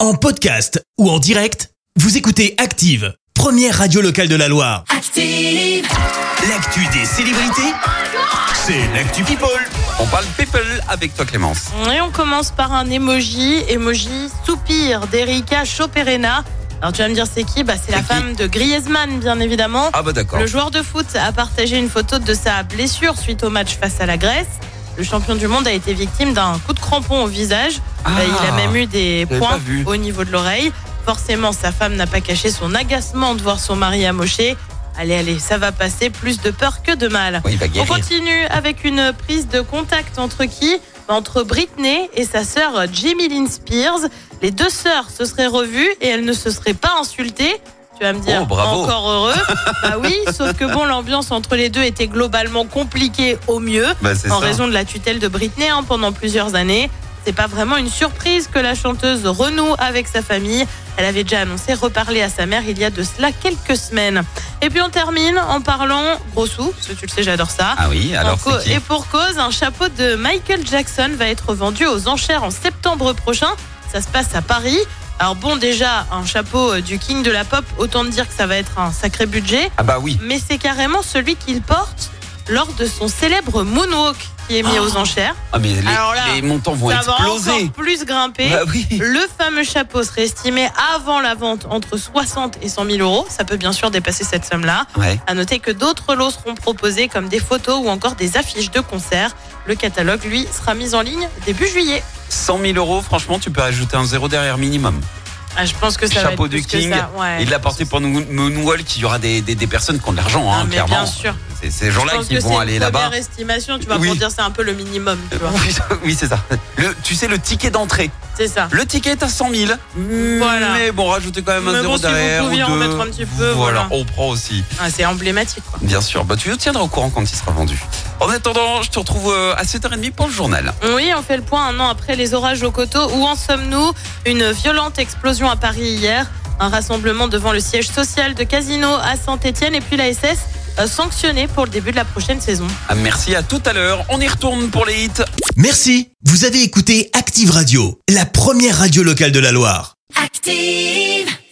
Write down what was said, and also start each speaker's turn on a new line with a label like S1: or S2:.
S1: En podcast ou en direct, vous écoutez Active, première radio locale de la Loire.
S2: Active,
S1: L'actu des célébrités, c'est l'actu People.
S3: On parle people avec toi Clémence.
S4: Et on commence par un emoji, emoji soupir d'Erika Choperena. Alors tu vas me dire c'est qui Bah c'est la
S3: qui
S4: femme de Griezmann bien évidemment.
S3: Ah bah d'accord.
S4: Le joueur de foot a partagé une photo de sa blessure suite au match face à la Grèce. Le champion du monde a été victime d'un coup de crampon au visage.
S3: Ah.
S4: Euh, Il a même eu des
S3: J'avais pas
S4: points
S3: vu.
S4: au niveau de l'oreille. Forcément, sa femme n'a pas caché son agacement de voir son mari amoché. Allez, allez, ça va passer. Plus de peur que de mal.
S3: Oui, il va
S4: On
S3: guérir.
S4: continue avec une prise de contact entre qui Bah, Entre Britney et sa sœur Jamie Lynn Spears. Les deux sœurs se seraient revues et elles ne se seraient pas insultées. Tu vas me dire,
S3: Oh, bravo.
S4: encore heureux. bah oui, sauf que bon, l'ambiance entre les deux était globalement compliquée au mieux
S3: Bah, c'est
S4: en
S3: ça.
S4: raison de la tutelle de Britney hein, pendant plusieurs années. C'est pas vraiment une surprise que la chanteuse renoue avec sa famille. Elle avait déjà annoncé reparler à sa mère il y a de cela quelques semaines. Et puis on termine en parlant gros sous, parce que tu le sais, j'adore ça.
S3: Ah oui, alors
S4: En co-
S3: c'est qui
S4: et pour cause, un chapeau de Michael Jackson va être vendu aux enchères en septembre prochain. Ça se passe à Paris. Alors bon, déjà, un chapeau euh, du King de la Pop, autant te dire que ça va être un sacré budget
S3: Ah bah oui.
S4: mais c'est carrément celui qu'il porte lors de son célèbre moonwalk qui est mis aux enchères.
S3: Ah mais les,
S4: Alors là,
S3: les montants vont
S4: ça va
S3: exploser.
S4: encore plus grimper.
S3: Bah oui.
S4: Le fameux chapeau serait estimé avant la vente entre 60 et 100 000 euros. Ça peut bien sûr dépasser cette somme-là.
S3: Ouais.
S4: À noter que d'autres lots seront proposés comme des photos ou encore des affiches de concerts. Le catalogue, lui, sera mis en ligne début juillet.
S3: 100 000 euros, franchement, tu peux ajouter un zéro derrière minimum.
S4: Ah, je pense que ça
S3: Chapeau
S4: va être
S3: du
S4: plus que
S3: King,
S4: ça. Ouais.
S3: Il l'a porté pour nous- Moonwalk, il y aura des, des, des personnes qui ont de l'argent, hein,
S4: Ah, mais
S3: clairement.
S4: bien sûr.
S3: C'est ces
S4: Je
S3: gens-là
S4: pense
S3: qui
S4: que c'est
S3: vont
S4: une
S3: aller là-bas.
S4: première estimation, tu vas
S3: Oui.
S4: pour dire c'est un peu le minimum, tu vois.
S3: Oui, oui, c'est ça. Le, tu sais, le ticket d'entrée.
S4: C'est ça.
S3: Le ticket est à 100 000.
S4: Voilà.
S3: Mais bon, rajoutez quand même un
S4: Mais
S3: zéro
S4: bon, si vous
S3: derrière.
S4: pouviez
S3: ou
S4: en
S3: deux.
S4: mettre un petit peu,
S3: Voilà,
S4: voilà.
S3: on prend aussi.
S4: Ah, c'est emblématique. Quoi.
S3: Bien sûr, bah, tu nous tiendras au courant quand il sera vendu. En attendant, je te retrouve euh, à 7h30 pour le journal.
S4: Oui, on fait le point un an après les orages au coteau. Où en sommes-nous Une violente explosion à Paris hier. Un rassemblement devant le siège social de Casino à Saint-Etienne et puis la SS euh, sanctionnée pour le début de la prochaine saison.
S3: Ah, merci, à tout à l'heure. On y retourne pour les hits.
S1: Merci, vous avez écouté Active Radio, la première radio locale de la Loire.
S2: active.